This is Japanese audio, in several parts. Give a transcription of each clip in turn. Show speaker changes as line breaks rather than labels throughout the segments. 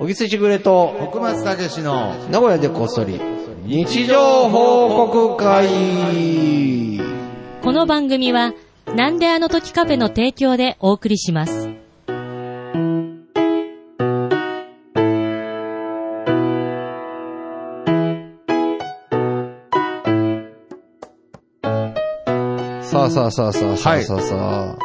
おぎすしぐれと、
奥松たけしの、
名古屋でこっそり、日常報告会。
この番組は、なんであの時カフェの提供でお送りします。
さあさあさあさあさあさあさ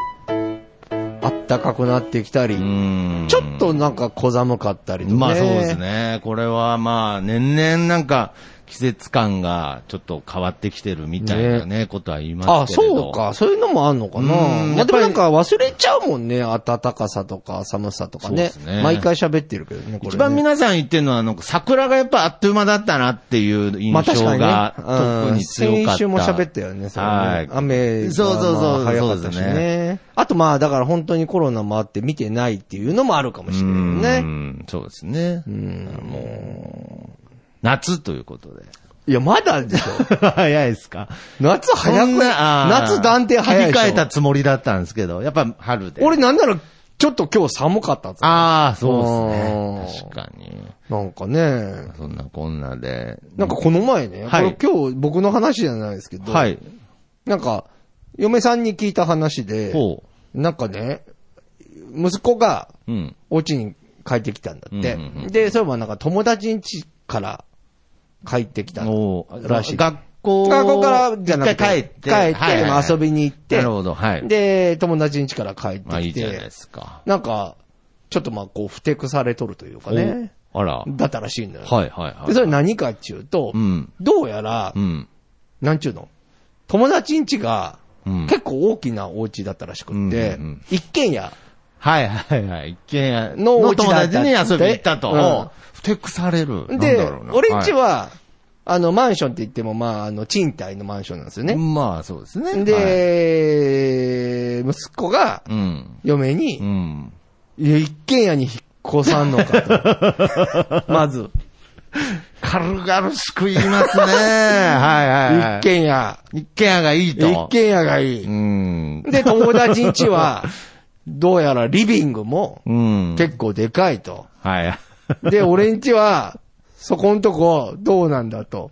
あ、あったかくなってきたり、
ん
ちょっとなんか小寒かったりとか、ね。
まあそうです。ね。これはまあ、年々なんか、季節感がちょっと変わってきてるみたいなね、ことは言いますけれど。
あ、そう。か。そういうのもあんのかな。
うん
まあ、でもなんか忘れちゃうもんね。暖かさとか寒さとかね。
そうですね
毎回喋ってるけどね、これね
一番皆さん言ってるのは、あの、桜がやっぱあっという間だったなっていう印
まあ確
象
かに
が、
ね。
特に強かった。
先週も喋ったよね、それね
はい
雨が
そうそうそう
まあ早かったし
そうです
ね。あとまあ、だから本当にコロナもあって見てないっていうのもあるかもしれないね。
ね。そうですね。もう、夏というこ とで。
いや、まだでしょ。
早いですか
夏早
そ
く
んなあー
夏断定早いでしょ。
切り替えたつもりだったんですけど、やっぱ春で。
俺なんなら、ちょっと今日寒かったぞ
ああ、そうです
あ
ね。
ー
確かに。
なんかね。
そんなこんなで。
なんかこの前ね、
はい
これ今日僕の話じゃないですけど、
はい。
なんか、嫁さんに聞いた話で、
ほ
なんかね、息子が
う。うん。
お家に帰ってきたんだって。
うんうんう
で、そういえばなんか友達ん家から帰ってきたの。
おー
らしい
学校
学校からじゃなくて、
一回帰って。
帰って、まあ遊びに行って、
なるほど、はい。
で、友達ん家から帰ってきて、
まあいいじゃないですか。
なんか、ちょっとまあこう、ふてくされとるというかね、
お。あら。はい
だったらしいんだよ。
はいはい。
で、それ何かっていうと、
うん。
どうやら、
うん。
なんちゅうの友達ん家が、
うん
結構大きなお家だったらしくって、
うんうんうん
一軒家。
はいはいはい。一軒家
の
の
お
お
家
友
だった
達に遊びに行ったと。
うん
おふてくされる。なん
で
だろう、な
俺ん家
は
は、あの、マンションって言っても、まあ、あの、賃貸のマンションなんですよ
い、
ね。
まあそうですね。
で、息子が、
はい、うん。
嫁
う
に、
ん。
いや一軒家に引っ越さんのか と。まず、
軽々しく言い ますね。はいはい、はい。
一。軒家、
一軒家がいいと。
一軒家がいい。
うん。
で、友達ん家は、どうやらリビングも
うん。
結構でかいと。
はい。
で、俺んちは、そこんとこ、どうなんだと。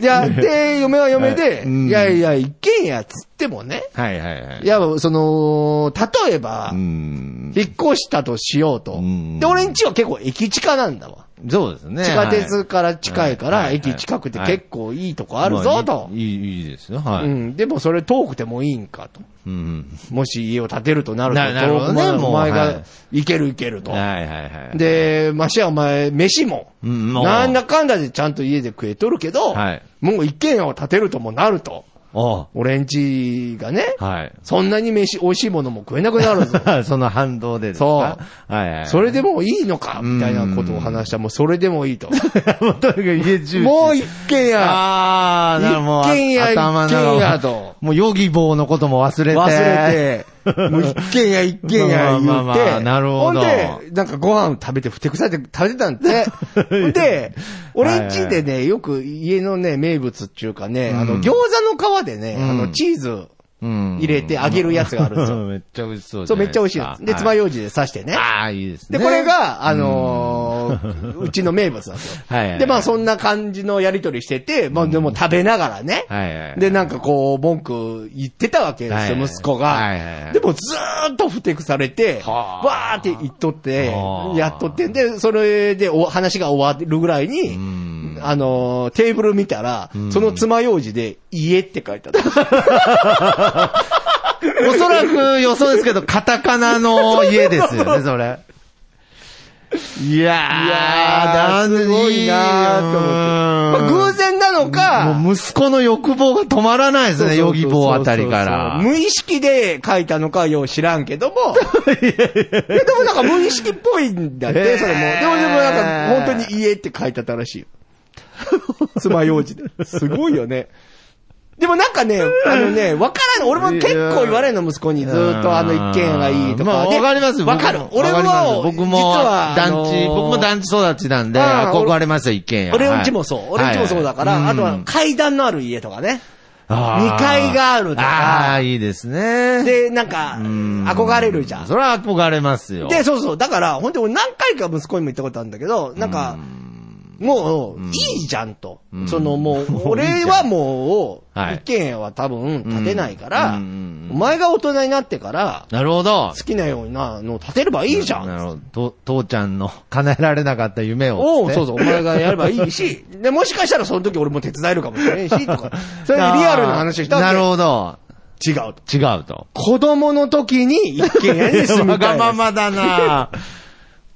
じゃあ、で、嫁は嫁で、
うん
いやいや、一軒家つってもね、
はいはいはい。
いや、その、例えば
う、ん。
引っ越したとしようと
う。ん
で、俺んちは結構駅近なんだわ。
そうですね。
地下鉄から近いから、
はい
駅近くて
はい
結構いいとこあるぞと
まあ。いい、いいいいですよ。は
う
い。
ん、でもそれ遠くてもいいんかと。
うん。
もし家を建てるとなると、
ななるほ
遠
どね
くまで
もう
お前
は
が
い
行ける行けると
はい。はいはい。、
で、ましてやお前、飯も、
うん、もう
なんだかんだでちゃんと家で食えとるけど、
はい
もう一軒家を建てるともなると。
おう
俺んちがね、
はい。
そんなに飯、美味しいものも食えなくなる ぞ。
その反動でです
そ
か
う
はいはい。
それでもいいのかみたいなことを話したら、もうそれでもいいと。
もうとにかく家中。
もう一軒家
ああ、なるほどもう。
一軒家
頭の
一
中
軒家と
もう、ヨギボーのことも忘れて。
忘れて、 もう一軒家一軒家
まあ
言
ま
っ
あまあ
て、
なるほど
ほんで、なんかご飯食べてふてくされて食べてたん で、ほんで、俺んちでね、よく家のね、名物っていうかね、あの、餃子の皮でね、あの、チーズ
うん。
入れて揚げるやつがあるんですよ。
めっちゃ美味し そうじ
そう、
ゃな
めっちゃ美味しい
で
んで
すか
す。で、爪
はい
楊枝で刺してね。
ああ、いいです
で、
ね。
これ、が、あのーうちの名物なんですよ。
はいはい
で、まあそんな感じのやりとりしてて、まあでも食べながらね。
はいはい。
で、なんかこう、文句言ってたわけですよ、
はいはい
息子が。
はいはいはい
でもずーっとふてくされて、
はあ
わーって言っとって
は、あ
やっとって、で、それでお話が終わるぐらいに、
ん
あのー、テーブル見たら、その爪楊枝で、家って書いてあった。
おそらく予想ですけど、カタカナの家ですよね、それ。いやー、
いやー、
だ
すごいなーと思って。まあ、 偶然なのか、
もう息子の欲望が止まらないですね、ヨギボーあたり
そ
か
うそうそう
ら。
無意識で書いたのかよう知らんけ ども。いやでもなんか無意識っぽいんだっ
へ
て、
ー
それも。でもでもなんか本当に家って書いてあったらしいよ。 爪楊枝で。すごいよね。でもなんかね、あのね、わからん。俺も結構言われんの、息子に。ずーっとあの一軒家がいいと
ま
か。
あ、
で
わかりますよ
わかる。
僕も
俺
わかり
は、
ます僕も
実は、あ
団
の
地、
ー
僕も団地育ちなんで、
あー
憧れますよ、一軒家。
俺んちもそう。
はい
俺んちもそうだから、
はい
あとは階段のある家とかね。
あー
2階があると
あ
か
あ、、いいですね。
で、なんか、
うん
憧れるじゃん。
それは憧れますよ。
で、そうそう。だから、本当に俺何回か息子にも言ったことあるんだけど、なんか、もう、いいじゃんと。その、 もう、俺はもう、
はい
一軒家は多分建てないから、
う
お
んうんうん
前が大人になってから、
なるほど。
好きなようなのを建てればいいじゃ
なる
ん。
ほど。と父ちゃんの叶えられなかった夢を。
おうそう
う。
そう、お前がやればいい し、で、もしかしたらその時俺も手伝えるかもしれないし、とか、 そういうリアルな話をした
なる
わ
ほど。
け。違うと。
違うと。
子供の時に一軒家に 住みたい。
わがままだな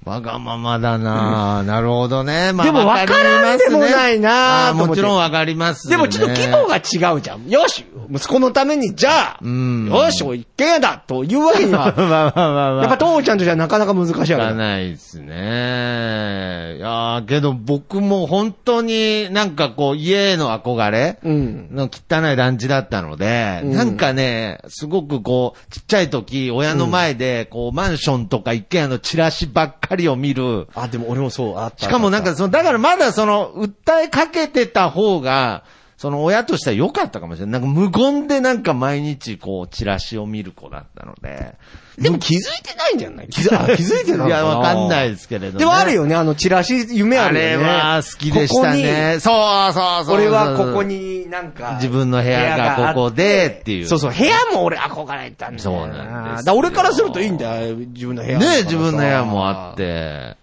わがままだななるほどね。まあ
でもわからんでもないな
あー
と思
も
って
ちろんわかります
で
よね。
もちょっと規模が違うじゃん。よし、息子のために、じゃあ、
うん
よし、お一軒家だというわけに
まあ
は、
まあま あまあ。
やっぱ父ちゃんとじゃなかなか難しい
い
わ
か
けだ。
ないですね。いやーけど僕も本当になんかこう家への憧れ
うん。
の汚い団地だったので、
うん
なんかね、すごくこう、ちっちゃい時、親の前で、こう、マンションとか一軒家のチラシばっかりを見る。
あ、でも俺もそう、あった。
しかもなんか、その、だからまだその、訴えかけてた方が、その親としては良かったかもしれない。なんか無言でなんか毎日こう、チラシを見る子だったので。
でも気づいてないんじゃない気づあ気づいてない
いや、わかんない
で
ですけれど
でもあるよね、あのチラシ、夢あ
あ
る
れ
よね。
は好きでしたね。そうそ
こ
うそう。
こに。俺はここ。になんか。
自分の部屋が
あって
ここでっていう
そうそう、部屋も俺憧れたんだよ。
そうなんです
だ
よ
から俺からするといいんだよ、自分の部屋。
ね自分の部屋もあっ。て。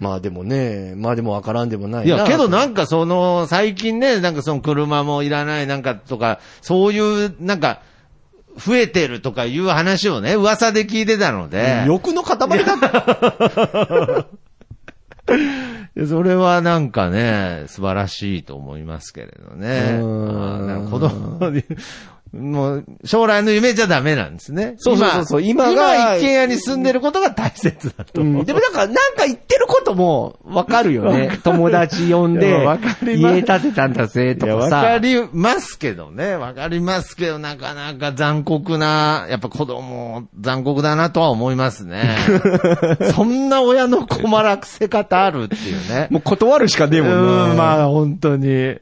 まあでもね、まあでもわからんでもない
いや、けど
な
なんかその、最近ね、なんかその車もいらないなんかとか、そういう、なんか、増えてるとかいう話をね、噂で聞いてたので。
欲の塊だった。
でそれはなんかね、素晴らしいと思いますけれどね。
うーん
あーなんか子供に、 もう、将来の夢じゃダメなんですね。
そうそうそうそう
今
今が
一軒家に住んでることが大切だと。
うんでもなんか、なんか言ってることも わかるよね。友達呼ん
い
で
やわか、ります
家建てたんだぜ、
い
と
や、
か
わ
さ。
かりますけどね。わかりますけど、なかなか残酷な、やっぱ子供、残酷だなとは思います ね。そんな親の困らせ方あるっていうね。
もう断るしかねえ
う
もん
ん、
ね。
まあ、本当に。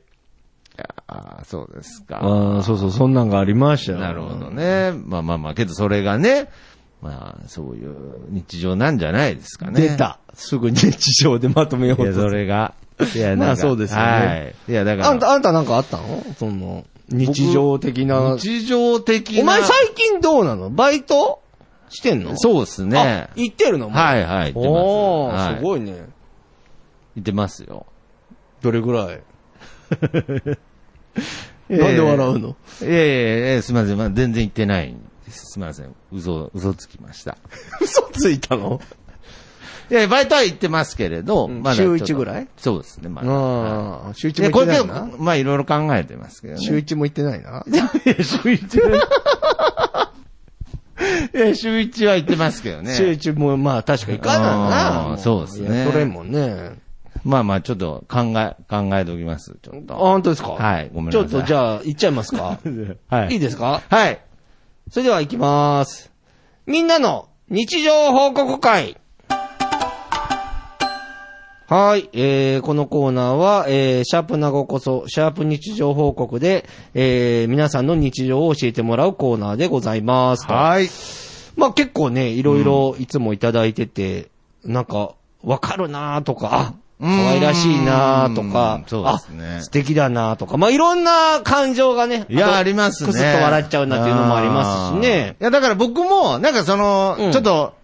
いやーそうですか。
あー。そうそう、そんなんがありましたよ
なるほど。ね。まあまあまあ、けどそれがね、まあ、そういう日常なんじゃないですかね。
出。た。すぐ日常でまとめよう
いや、
とす
そ
る。
れが。いや、なんか
まあそうですよね
はい。いや、だから。
あんた、あんたなんかあったのその、日常的な。
日常的な。
お前最近どうなのバイトしてんのう
そうですね。
行ってるの。
はいいはい。行ってます。
お
は
ー、すごいね。
行ってますよ。
どれぐら いなんで笑うの
いやいやいや、すみません。まあ、全然行ってないんです。すみません。嘘、嘘つきました。
嘘ついたの
いや、バイトは行ってますけれど、
ん
まだちょっと
週一ぐらい
そうですね、まだ。はい
ああ、週一
い
も
や、
行
こ
って
れ
な
け
い
ど、
な。
まあいろいろ考えてますけど ね。
週一も行ってないな。
いや、週一はいや、 週一は行ってますけどね。
週一も、まあ確か行かないな
あー
もう。
そうですね
いやそれもね。
まあまあ、ちょっと考え、考えておきます。ちょっ
あ、
と。
本当ですか
はいごめんな
ちょ
さい
っとじゃあ、行っちゃいます か。
はい
いですか
はい。
それでは行きまーす。みんなの日常報告会。はい、えー、このコーナーは、えー、シャープなごこそ、シャープ日常報告で、えー、皆さんの日常を教えてもらうコーナーでございます。
はい。
まあ結構ね、いろいろいつもいただいてて、なんか、わかるなーとか、あ、
うん
可愛らしいなーとか
うん、そうですね
あ、素敵だなーとか、まあいろんな感情がね、
いや、
と
ありますね。
くすっと笑っちゃうなっていうのもありますしね
あー。いや、だから僕も、なんかその、
うん
ちょっと、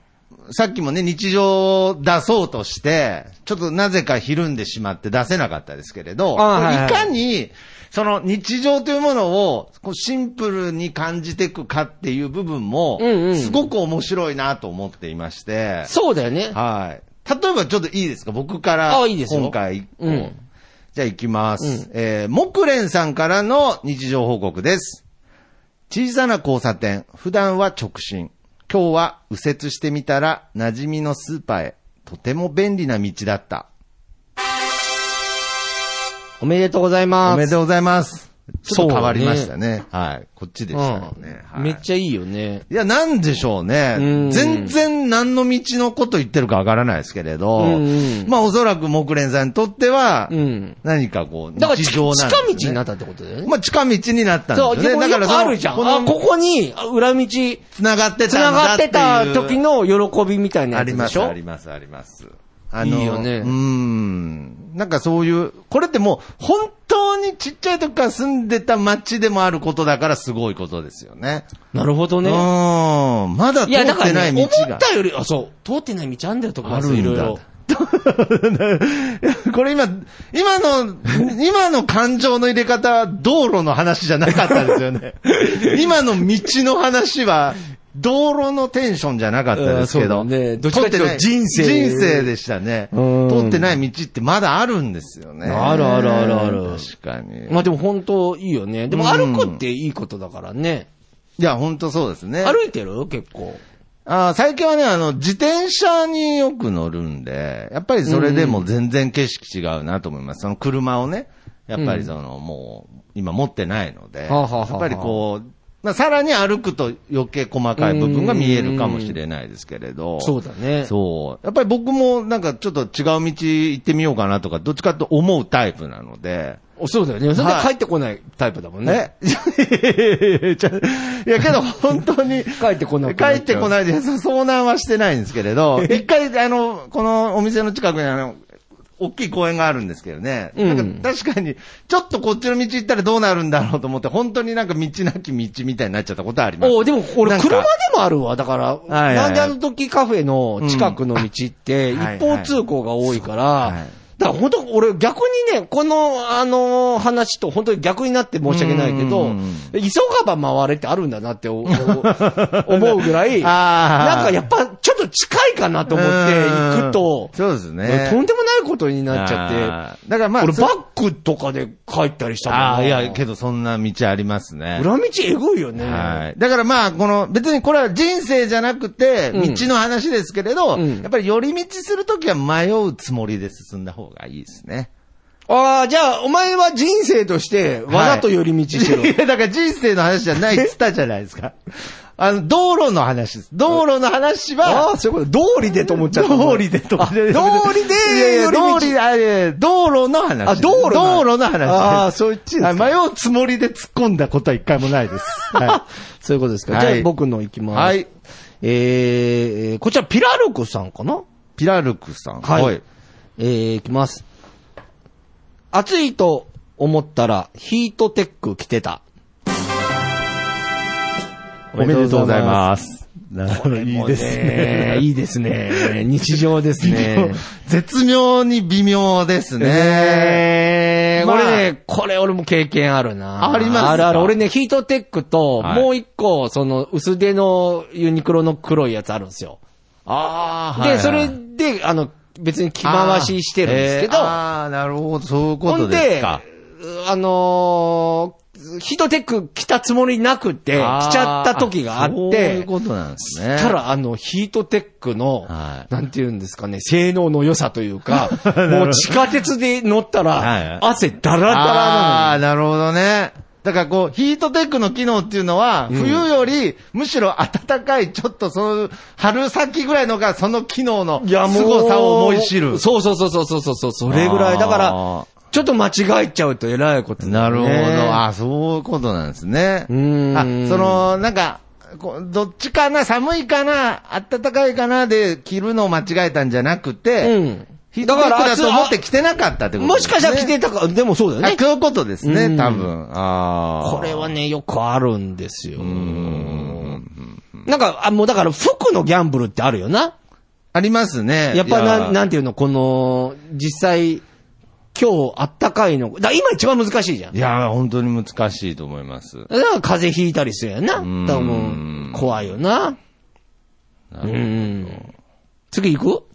さっきもね、日常を出そうとして、ちょっとなぜかひるんでしまって出せなかったですけれど、
あーはいはい
いかに、その日常というものをこうシンプルに感じていくかっていう部分も、
うんうん
すごく面白いなと思っていまして、
そうだよね。
はい。例えばちょっといいですか僕から、
あいいですよ
今回、
うん
じゃあ行きます。えー、木蓮さんからの日常報告です。小さな交差点、普段は直進。今日は右折してみたら、馴染みのスーパーへ。とても便利な道だった。
おめでとうございます。
おめでとうございます。ちょっと変わりましたね。はい。こっちでしたよね。はい、
めっちゃいいよね。
いや、なんでしょうね
うん。
全然何の道のこと言ってるかわからないですけれど
うんうん、
まあおそらく木蓮さんにとっては
う、ん。
何かこう、
だから、
日
近
常
道
なんですね
になったってことだよね。
まあ近道になったん
そう、
です
で
よ
も
ね。だ
よ
から
く
その
あるじゃん。
こ
あ、こ
の、
こに、あ裏道、
繋がってたんだっていう。
繋がってた時の喜びみたいな
あ
や
り
つ
ま
でし
す、
ょ
あります、あります。あ
いいよね
うーん。なんかそういう、これってもう、本当にちっちゃい時から住んでた街でもあることだからすごいことですよね。
なるほど
う
ね。
ーん。まだ 通
いや、だ
っ
か
てな
ら、
い
ね、
道
思
が
っ。たより、あ、そう、通ってない道あんだよ、とこ
あるんだ
いろいろ。
これ今、今 の、今の感情の入れ方は道路の話じゃなかったですよ ね。今の道の話は、道路のテンションじゃなかったですけど。
うんそうだねどっちかっていうと
通ない
人生
人生でしたね。
うん
通ってない道ってまだあるんですよね。
あるあるあるある
確かに。
まあでも本当いいよね。でも
うん
歩くっていいことだからね。
いや、本当そうですね。
歩いてる結構。
あー最近はね、あの、自転車によく乗るんで、やっぱりそれでも全然景色違うなと思います。その車をね、やっぱりその、もう、今持ってないので、
はあはあはあ
やっぱりこう、まあ、さらに歩くと余計細かい部分が見えるかもしれないですけれど、
そうだね。
そう。やっぱり僕もなんかちょっと違う道行ってみようかなとか、どっちかと思うタイプなので、
おそうだよね。それで
はい
帰ってこないタイプだもんね。
ね。い や、ちょ いやけど本 当に、
帰ってこない。
帰ってこ
い。
ないです。遭難はしてないんですけ れど、一回、あの、このお店の近くにあの、大きい公園があるんですけどね。
うん
なんか確かに、ちょっとこっちの道行ったらどうなるんだろうと思って、本当になんか道なき道みたいになっちゃったことはあります。
おうでも俺
なんか
車でもあるわ。だから、
いはい
なんであの時カフェの近くの道って
うん
一
はいは
方
い
通行が多いから、
はい
だから本当俺逆にね、このあの話と本当に逆になって申し訳ないけ
う
ど
ん、
急がば回れってあるんだなって おお思うぐらい、
あー
なんかやっぱちょっと近いかなと思って行くと
うん、そうですね。
とんでもないことになっちゃって、
て。だからまあ、
俺
そ
バックとかで帰ったりしたもんな
ああ、いや、けどそんな道ありますね。
裏道えぐいよね。
はい。だからまあ、この、別にこれは人生じゃなくて、
う
道
ん
の話ですけれど、
うん
やっぱり寄り道するときは迷うつもりで進んだ方がいいですね。
ああ、じゃあ、お前は人生として、わざと寄り道してる。
いや、だから人生の話じゃないって言ったじゃないで すか。あの、道路の話です。道路の話
あ
は、
あ、そういうこと。道理でと思っちゃった。
道理でと
あ道理で寄り道
道。理で、あいやいや道路の話。
あ、道路
道路の話です。
ああ、そういうちで
は
す
い
か。
迷うつもりで突っ込んだことは一回もないです。 は
そういうことですか。
はい
じゃあ、僕の行き
い。
ます。
はい。
えー、こちら、ピラルクさんかな
ピラルクさん。
はい。えー、行きます。暑いと思ったら、ヒートテック着てた。
おめでとうございます。なるほど、いいです
ね。いいですね。日常ですね。
絶妙に微妙ですね。
ねえ、
まあ
これね、これ俺も経験あるな。
ありますか
あるある。俺ね、ヒートテックと、
はい
もう一個、その、薄手のユニクロの黒いやつあるんですよ。
あ
で、それで、あの、別に着回ししてるんですけど、
あーえーあー、なるほど、そういうこ
ほ
と
ん
です
で、
か。
あのーヒートテック着たつもりなくて、着ちゃった時があって、
そういうことなんですね。
たら、あの、ヒートテックの、
はい
なんて言うんですかね、性能の良さという か、もう地下鉄で乗った
はいは
ら
い、
汗だらだら
あ
な
あー、なるほどね。だからこう、ヒートテックの機能っていうのは、冬より、むしろ暖かい、ちょっとその、春先ぐらいのが、その機能
の
の
に。いや、もう。
凄さを思い知る。
そうそうそうそうそうそうそう、それぐらい。だか
あ
ら
ー、
ちょっと間違えちゃうと偉いこと
な
だ
る
ね、
ほど。あ、そういうことなんですね。
うん
あ、その、なんか、こうどっちかな、寒いかな、暖かいかなで着るのを間違えたんじゃなくて、
うん。
ヒー
だ
ト
か
テッ
ら
クだと思って着てなかったってことですね。
もしかしたら着てたか、でもそうだよね
あ。そういうことです
うん
ね、多分。ああ。
これはね、よくあるんですよ。なんか、あ、もうだから服のギャンブルってあるよな。
ありますね。
やっぱ
い
なん、なんていうの、この、実際、今日あったかいの、だ今一番難しいじゃん。
い
だか
や、本当に難しいと思います。
ら風邪ひいたりするやんな。
ん
多分、怖いよな。うん。次行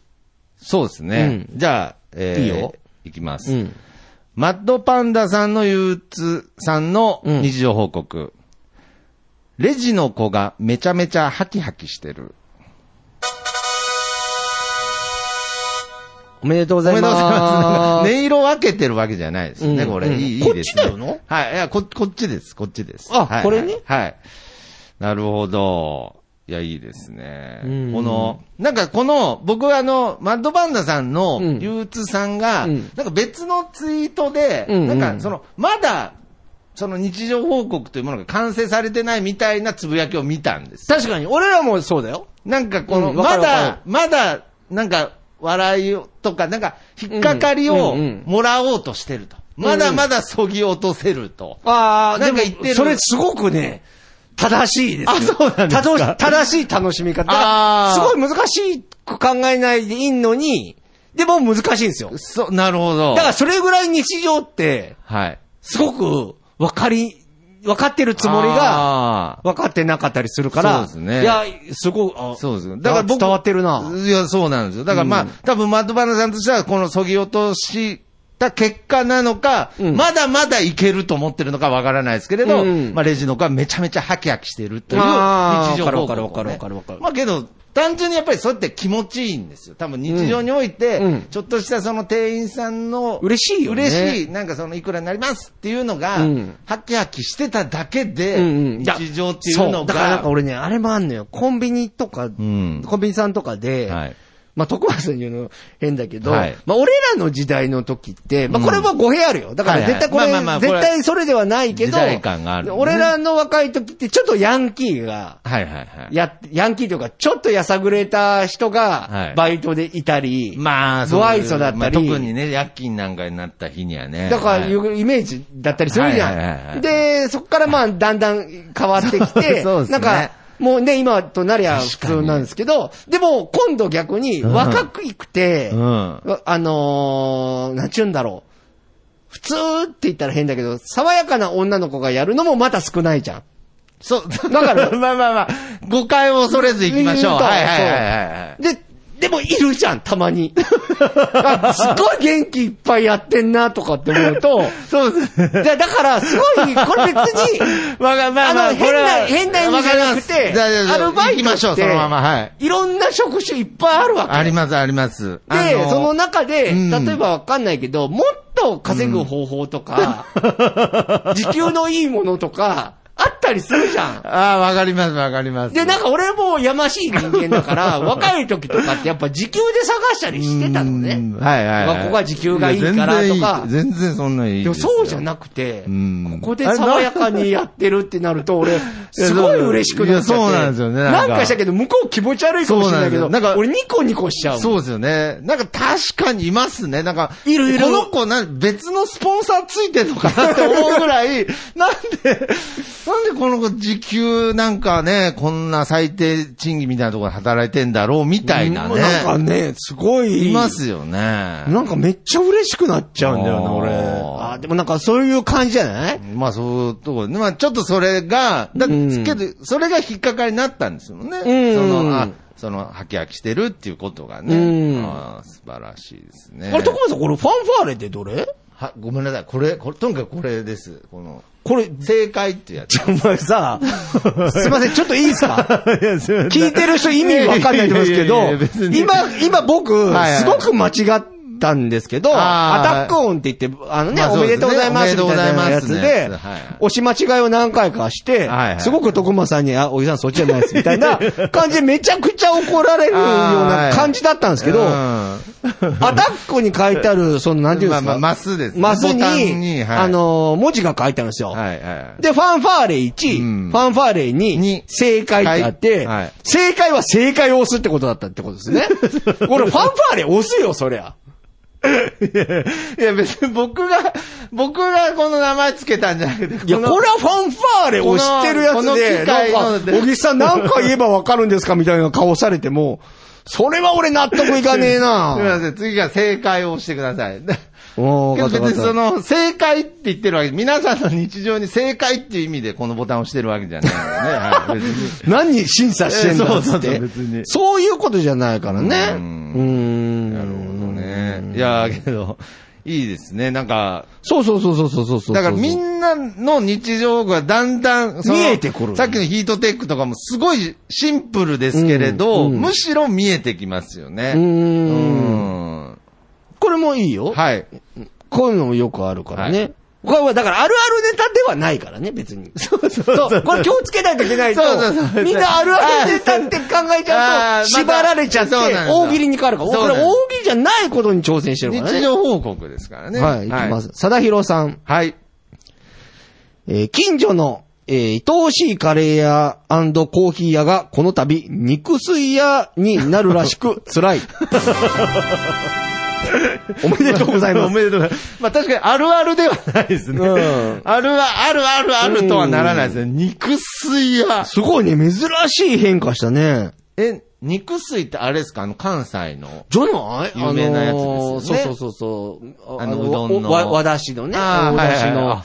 そうですね。じゃあ、えー
いいよ
いきま
くう
す。
ん。
マッドパンダさんの憂鬱さんの
うん
日常報告。レジの子がめちゃめちゃハキハキしてる。
おおめでとうご
おめ
ざい
でとうございま。
ます す。
音色分けてるわけじゃないですね、
うん
これ。
うん
いい、い
こ
い
っ
です
ち
ね。
なの
はい。いや、こ、こっちです。こっちです。
あ
はい
これね
はい。はいなるほど。いや、いいですね。
うん
この、なんかこの、僕はあの、マッドバンダさんの、
うん
流通さんが、
うん
なんか別のツイートで、
うんうん
なんかその、まだ、その日常報告というものが完成されてないみたいなつぶやきを見たんです。
確かに、俺らもそうだよ。
なんかこの、
うんわか
ま
るわか
だ、まだ、なんか、笑いをとか、なんか、引っかかりを
うんうんうん
もらおうとしてると。まだまだそぎ落とせると。
ああ、
な
で
ん
も
か言ってる
それすごくね、正しいですよ。
あそうなんですか
たど正しい楽しみ方。だ
あー
からすごい難しく考えないでいいのに、でも難しいんですよ。
そう、なるほど。
だからそれぐらい日常って、
はい。
すごく分かり、分かってるつもりが、
が、
分かってなかったりするから、
そうですね
いや、すごく、あ
そうです。
だから
僕
伝わってるな。
いや、そうなんですよ。だからまあ、
うん
多分、マッドバナさんとしては、このそぎ落とした結果なのか、
うん
まだまだいけると思ってるのかわからないですけれど、
うん
まあ、レジの子はめちゃめちゃハキハキしてるという
あー
日常報告、ね。
わかるわかるわかるわかる
まあけど、単純にやっぱりそうやって気持ちいいんですよ。多分日常において、
うん
ちょっとしたその店員さんの、
嬉しいよね
嬉しい、なんかそのいくらになりますっていうのが、
うん
ハキハキしてただけで、
うんうんいや
日常っていう
そ
の
だからなんか
が、
俺ね、あれもあんのよ。コンビニとか、
ん
コンビニさんとかで、
はい
まあ、徳川さん言うの変だけど、
はい
まあ、俺らの時代の時って、まあ、これも語弊あるよ。だから絶対これ、
はいはいまあまあまあこれ
絶
は
対それではないけど、
時代感があるね
俺らの若い時って、ちょっとヤンキーが、
はいはいはい。
や、ヤンキーというか、ちょっとやさぐれた人
は
が
い、
バイトでいたり、
まあ、
不愛想だったり
まあ特にね、夜勤なんかになった日にはね。
だから、
はい
いうイメージだったりするじ
はいはいはいは
ゃ
い
ん。で、そこからまあ、だんだん変わってきて、
そうです
な
ね
んか、もうね、今となりゃ普通なんですけど、でも、今度逆に、
ん
若くいくて、
うん。
あのー、なんちゅうんだろう。普通って言ったら変だけど、爽やかな女の子がやるのもまた少ないじゃん。
そう、
だから
まあまあまあ、誤解を恐れず行きまし
言う
ょう。
と
はいはいはいはいはい。
で、でもいるじゃん、たま に。あすごい元気いっぱいやってんなとかって思うと、
そうですね。
だだから、すごい、これ別に、
まあまあまあ、
あの
これは
変な変な意味じゃなくて
わかりますじゃあじゃあじゃあ
アルバイトって
行きましょう、そのまま。はい。
いろんな職種いっぱいあるわけ。
あります、あります。あ
で、その中で、
うん
例えばわかんないけど、もっと稼ぐ方法と か、時給のいいものとか、あったりするじゃん。
ああ、わかります、わかります。
で、なんか俺もやましい人間だ から、若い時とかってやっぱ時給で探したりしてたの
う
ね。
んはいはいはい。
まあここは時給がいいから
や全然いい
とか
全然そんなにいい
でも
ですよ。
そうじゃなくて、
うん
ここで爽やかにやってるってなると、俺、すごい嬉しくなっちゃって。
いやそうなんですよねなん
な
か
んかしたけど、向こう気持ち悪いかもしれないけ
そ
ど、
うなんですよなんか
俺ニコニコしちゃうもん。
そうですよね。なんか確かにいますね。なんか、
いるいる
この子な、別のスポンサーついてんのかなって思うぐら い、なんで、なんでこの子時給なんかね、こんな最低賃金みたいなところで働いてんだろうみたいなね。
なんかね、すごい。
いますよね。
なんかめっちゃ嬉しくなっちゃうんだよな、俺。
あー
あーでもなんかそういう感じじゃない
まあそういうところで、まあちょっとそれが、だ
うん
けど、それが引っかかりになったんですもんね。
ん
その、あ、その、ハキハキしてるっていうことがね。
うん
あー素晴らしいですね。
あれ、徳松さん、これファンファーレってどれ
は、ごめんなさい。これ、これ、とにかくこれです。この、
これ、
正解ってやつ。
お前さ、 すいません、ちょっといいです か聞いてる人意味わかんないと思うんですけ
いやいやい
ど
や別、に
今、今僕
はい、はい
すごく間違ったんですけど、
あー
アタック音って言って、あのね、
まあ
お
そう
め
で
です
ね
とうございますみたいなやつ
おめでとうござい
で
ますのやつはい、
押し間違いを何回かして
はいは、い
すごく徳間さんに、あ、おじさんそっちじゃないです、みたい な感じでめちゃくちゃ怒られるような感じだったんですけど、
うん
アタックに書いてあ る、その、なんていうんです
まあ
か、
まあマスですね
マス
ボタンに
に、
はい
あのー、文字が書いてあるんですよ。
はいはい。
で、ファンファーレ1、
うん
ファンファーレ
に
2、正解ってあって、
はいはい
正解は正解を押すってことだったってことです ね。俺、ファンファーレ押すよ、そりゃ。
いや別に僕が、僕がこの名前つけたんじゃなくて、
いや、これはファンファーレ押してるや
こ
つ
のこの機
で、
械の
なんか、小木さんなんか言えばわかるんですかみたいな顔されても、それは俺納得いかねえ
すみま
な
せん、次が正解を押してくだ さい。で
おー
けど別
わかっ
に
た
その、正解って言ってるわけ、皆さんの日常に正解っていう意味でこのボタンを押してるわけじゃないのでねはい。別に。
何審査してんだっつって
えそうそうそう別に。
そういうことじゃないからね。
う
うんーん。
なるほどね。いやーけど、いいですね。なんか、
そうそうそうそうそうそうそう。
だからみんなの日常がだんだん、その
見えてくる
さっきのヒートテックとかもすごいシンプルですけれど、
うんうん
むしろ見えてきますよね。
うーん
うん
これもいいよ。
はい。
こういうのもよくあるからね。
は
これはだからあるあるネタではないからね、別に。そうそう
そう
これ気をつけないといけないと
そうそうそ、う
みんなあるあるネタって考えちゃう
あーま
と、
た
縛られちゃって、
そうなんですよ
大喜利に変わるから。
そう
こ
なん
れ
です
大喜利じゃないことに挑戦してるから
日
ね。
常報告ですからね。
はい、いきます。さだひろさん、
はい。
えー近所の、えー、愛おしいカレー屋コーヒー屋がこの度、肉吸い屋になるらし く、辛い。おめでとうございま
お
す。
めでとうございます。まあ確かにあるあるではないですね。
うん
あるは、あるあるあるとはならないですね。肉水や。
すごいね、珍しい変化したね。
え、肉水ってあれですかあの、関西の。
じゃない
有名なやつですよね
あのーそうそうそうそう。
あのうどんの
おわ和だしのね。
ー
和だし
はいはいはい
の
あ。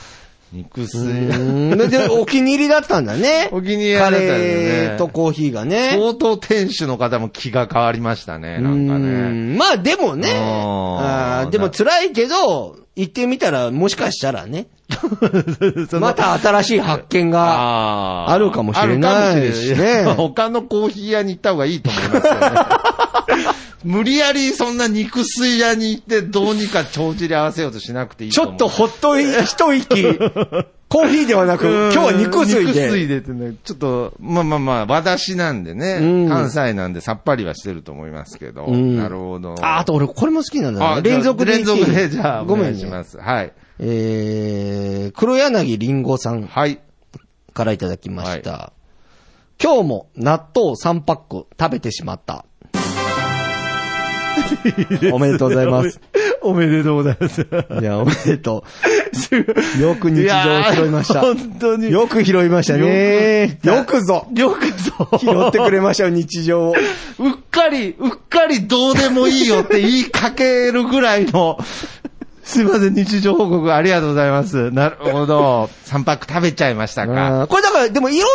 肉水
うーんで、お気に入りだったんだね。
お気に入りだったんだね
カレーとコーヒーがね。
相当店主の方も気が変わりましたね、なんか
う
ね。
んまあでもね、
あ
あ
ー
ーでも辛いけど、行ってみたらもしかしたらね、
その
また新しい発見が。
あー
あるかもしれないしね
あるかもしれない他のコーヒー屋に行った方がいいと思います よね。無理やりそんな肉水屋に行ってどうにか帳尻合わせようとしなくていい
ち
と
ょ
思う。
っとほっとい、一息、コーヒーではなく、今日は肉吸い
肉水
で。
でってね、ちょっと、まあまあまあ、和だしなんで
う
ね
ん、
関西なんでさっぱりはしてると思いますけど、
ん
なるほど。
あ、あと俺これも好きなんだ
あ、
ね。連続で
連
言っていい。
続で、じゃあ、
ご
ご
め
め
ん
ん
ね
します。はい。
えー、黒柳りんごさん
はい。
からいただきました。今日も納豆3パック食べてしま った。おめでとうございます。
おめでとうございます。
いや、おめでとう。 よく日常を拾いました。
やー本当に。
よく拾いましたね。よくぞ。
よくぞ。
拾ってくれましたよ、日常 を。
うっかり、うっかりどうでもいいよって言いかけるぐらいの、すいません、日常報告ありがとうございます。なるほど。3パック食べちゃいましたか。
あーこれだから、でもいろんな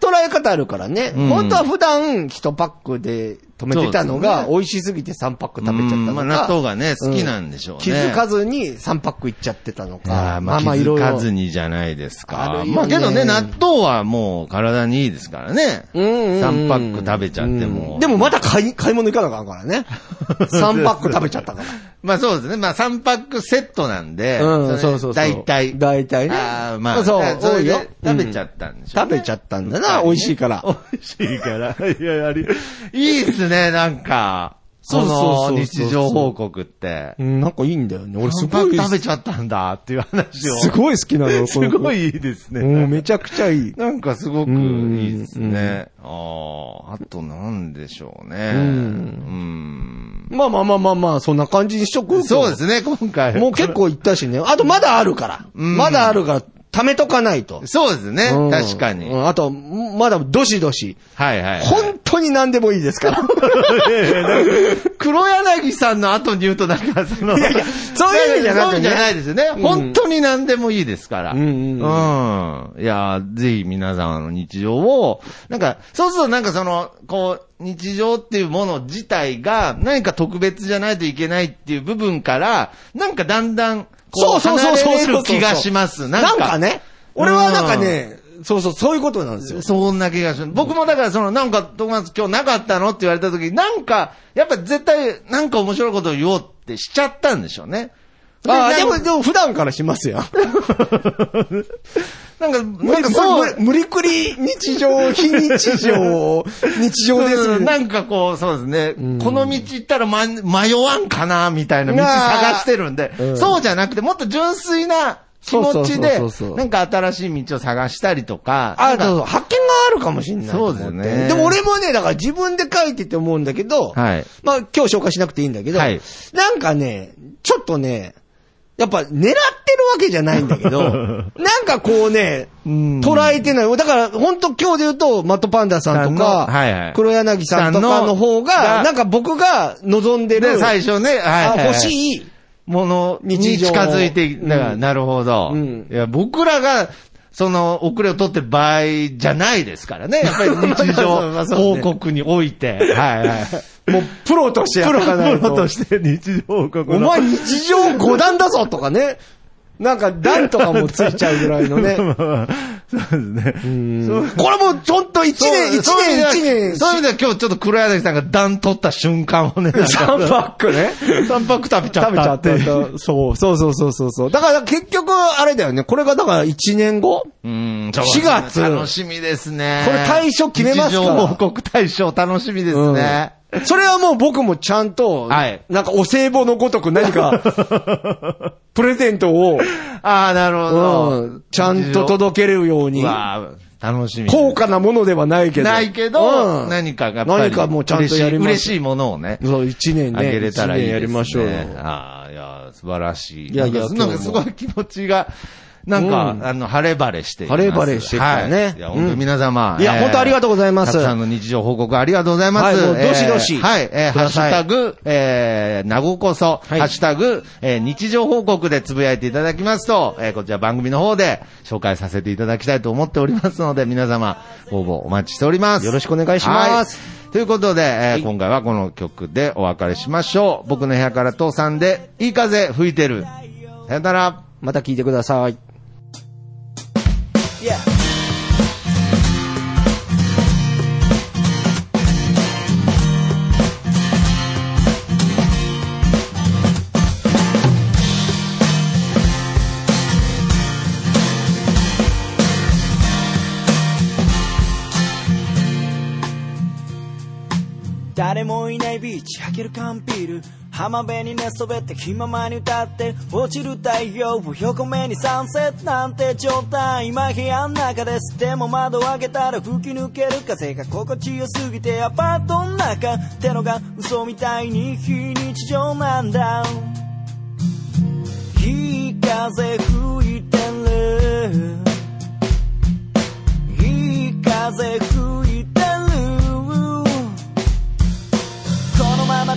捉え方あるからね。
うん
本当は普段1パックで止めてたの
そうです
が、
ね
美味しすぎて3パック食べちゃったの
うんま
か。
あ納豆がね、好きなんでしょうね。
気づかずに3パックいっちゃってたの
あ
か。
ーまあ、気
いろ
づ
いろ
かずにじゃないです
あ
か。
るよね
まあけどね、納豆はもう体にいいですからね。
うんうんうん
3パック食べちゃって
う
も。
んでも、まだ買い、買い物行かなあかんから ね。3パック食べちゃったから。
まあそうですね。まあ3パックセットなんで。
うん、そうそうそう。
大体。
大体ね。
ああ、まあ、
そう、
そ
多
れ
い
で
よ。
食べちゃ
っ
ったんでしょう
食
ね、
べちゃったんだな、美味しいから。
美味しいから。 いや、あり、いいっすね、なんか。
そうそうそうそう
この日常報告って
う。ん、なんかいいんだよね。俺す
3パ
ご
ッ
い
ク、食べちゃったんだっていう話を。
すごい好きな の、
すご
い。
いいいですね。
うん、めちゃくちゃいい。
なんかすごくいいですね。ああ、あとなんでしょうね。うん。
まあまあまあまあまあ、そんな感じにしとく。
そうですすね、今回。
もう結構いったしね。あとまだあるから。
うん
まだあるから、貯めとかないと。
そうですね
うん、
確かに。
う
はい
んあと、まだどしどし。
はいはい。
本当に何でもいいですから。
黒柳さんの後に言うと、なんか、その、
いやいやそういう意味じゃなくてね
そうう意味じゃないですよね。
ん
本当に何でもいいですから。
うんうんう
うんいや、ぜひ皆さんの日常を、なんか、そうするとなんかその、こう、日常っていうもの自体が、何か特別じゃないといけないっていう部分から、なんかだんだん、こ
そうそうそうそう
離れ
そ
れ
う。
る気がします。
なんかね。俺はなんかね、そうそう、そういうことなんですよ。
そんな気がする。僕もだからその、なんか、徳松今日なかったのって言われた時に、なんか、やっぱ絶対、なんか面白いことを言おうってしちゃったんでしょうね。
ああ、でも、
なん
でも普段からしますよ。
なんか、
無
なんかそう、
無無理くり日常、非日常を、日常です
う
みた
んない
な。
んかこう、そうですね。この道行ったら、ま、迷わんかな、みたいな道探してるんで、
うん
そうじゃなくて、もっと純粋な気持ち
そ
で
うそうそうそうそう、
なんか新しい道を探したりとか。
あ
なんか
そうそう発見があるかもしれないと思って。
そうですね
でも俺もね、だから自分で書いてて思うんだけど、
はい
まあ今日紹介しなくていいんだけど、
はい
なんかね、ちょっとね、やっぱ狙ってるわけじゃないんだけ ど、なんかこうね、
ん
捉えてない。だから本当今日で言うと、マットパンダさんとか、
さんのはいはい
黒柳さんと
さ
か
んの
の方が、
が
なんか僕が望んでる、
で、最初ね、はいはいは
あ
い
欲しい、
ものに
日常
近づいていく、だから、
うん
なるほど、
うん
いや、僕らが、その、遅れを取ってる場合じゃないですから ね。やっぱり日
まあ
常
そうね
報告において。はい はい。
もうプロとしてやっ
プ
とかないと
ロ として日常報告
お
の。
前日常五段だぞとかね。なんか段とかもついちゃうぐらいの ね。
そうですね。
これもちょっと一年、一
そういう
年、
意味では
一年、
そういう意味では今日ちょっと黒柳さんが段取った瞬間をね、 なん
3
か
パックね。
三泊食べちゃ
食
っ
べち
た
ゃ
っ
ってた
いう。
そう、そうそうそうそうそう。だから結局、あれだよね。これがだから1年後
うん、ちょっと
4月
楽しみですね。
これ対象決めますから
日常報告対象楽しみですね。
うんそれはもう僕もちゃんと、
はい
なんかお歳暮のごとく何か、 プレゼントを、
ああ、なるほど。
うんちゃんと届けるよう
け
に
う、わー楽しみ。
高価なものではないけど。
ないけど、
うん
何かがやっぱり
何かもうちゃんとやります
嬉しい嬉しいものをね。
そう、一年ね。
あげれたらい
一
いで
年
す、ね。
やりましょうよ。
ああ、いや、素晴らしい。
いやいや
なんかなんかすごい気持ちが、なんか、
うん
あの、晴れ晴れしています
晴れ晴れしてきたね
はい、いや、本当
うん
皆様。
いや本当ありがとうございます
たくさんの日常報告ありがとうございます。
はいもうどしどし
えーはい、えー
く
ハッ
だ
シ
さ
ュ
い
タグ、えー、なごこそ、
はい
ハッシュタグ、えー、日常報告でつぶやいていただきますと、えー、こちら番組の方で紹介させていただきたいと思っておりますので、皆様、ご応募お待ちしております。
よろしくお願いします
はい。ということで、えー今回はこの曲でお別れしましょう。僕の部屋から父さんで、いい風吹いてる。さよなら。
また聞いてください。
誰もいないビーチ開ける缶ビール浜辺に寝そべって気ままに歌って落ちる太陽を横目にサンセットなんて状態今部屋の中ですでも窓を開けたら吹き抜ける風が心地よすぎてアパートの中ってのが嘘みたいに非日常なんだいい風吹いてるいい風吹いてるこのまま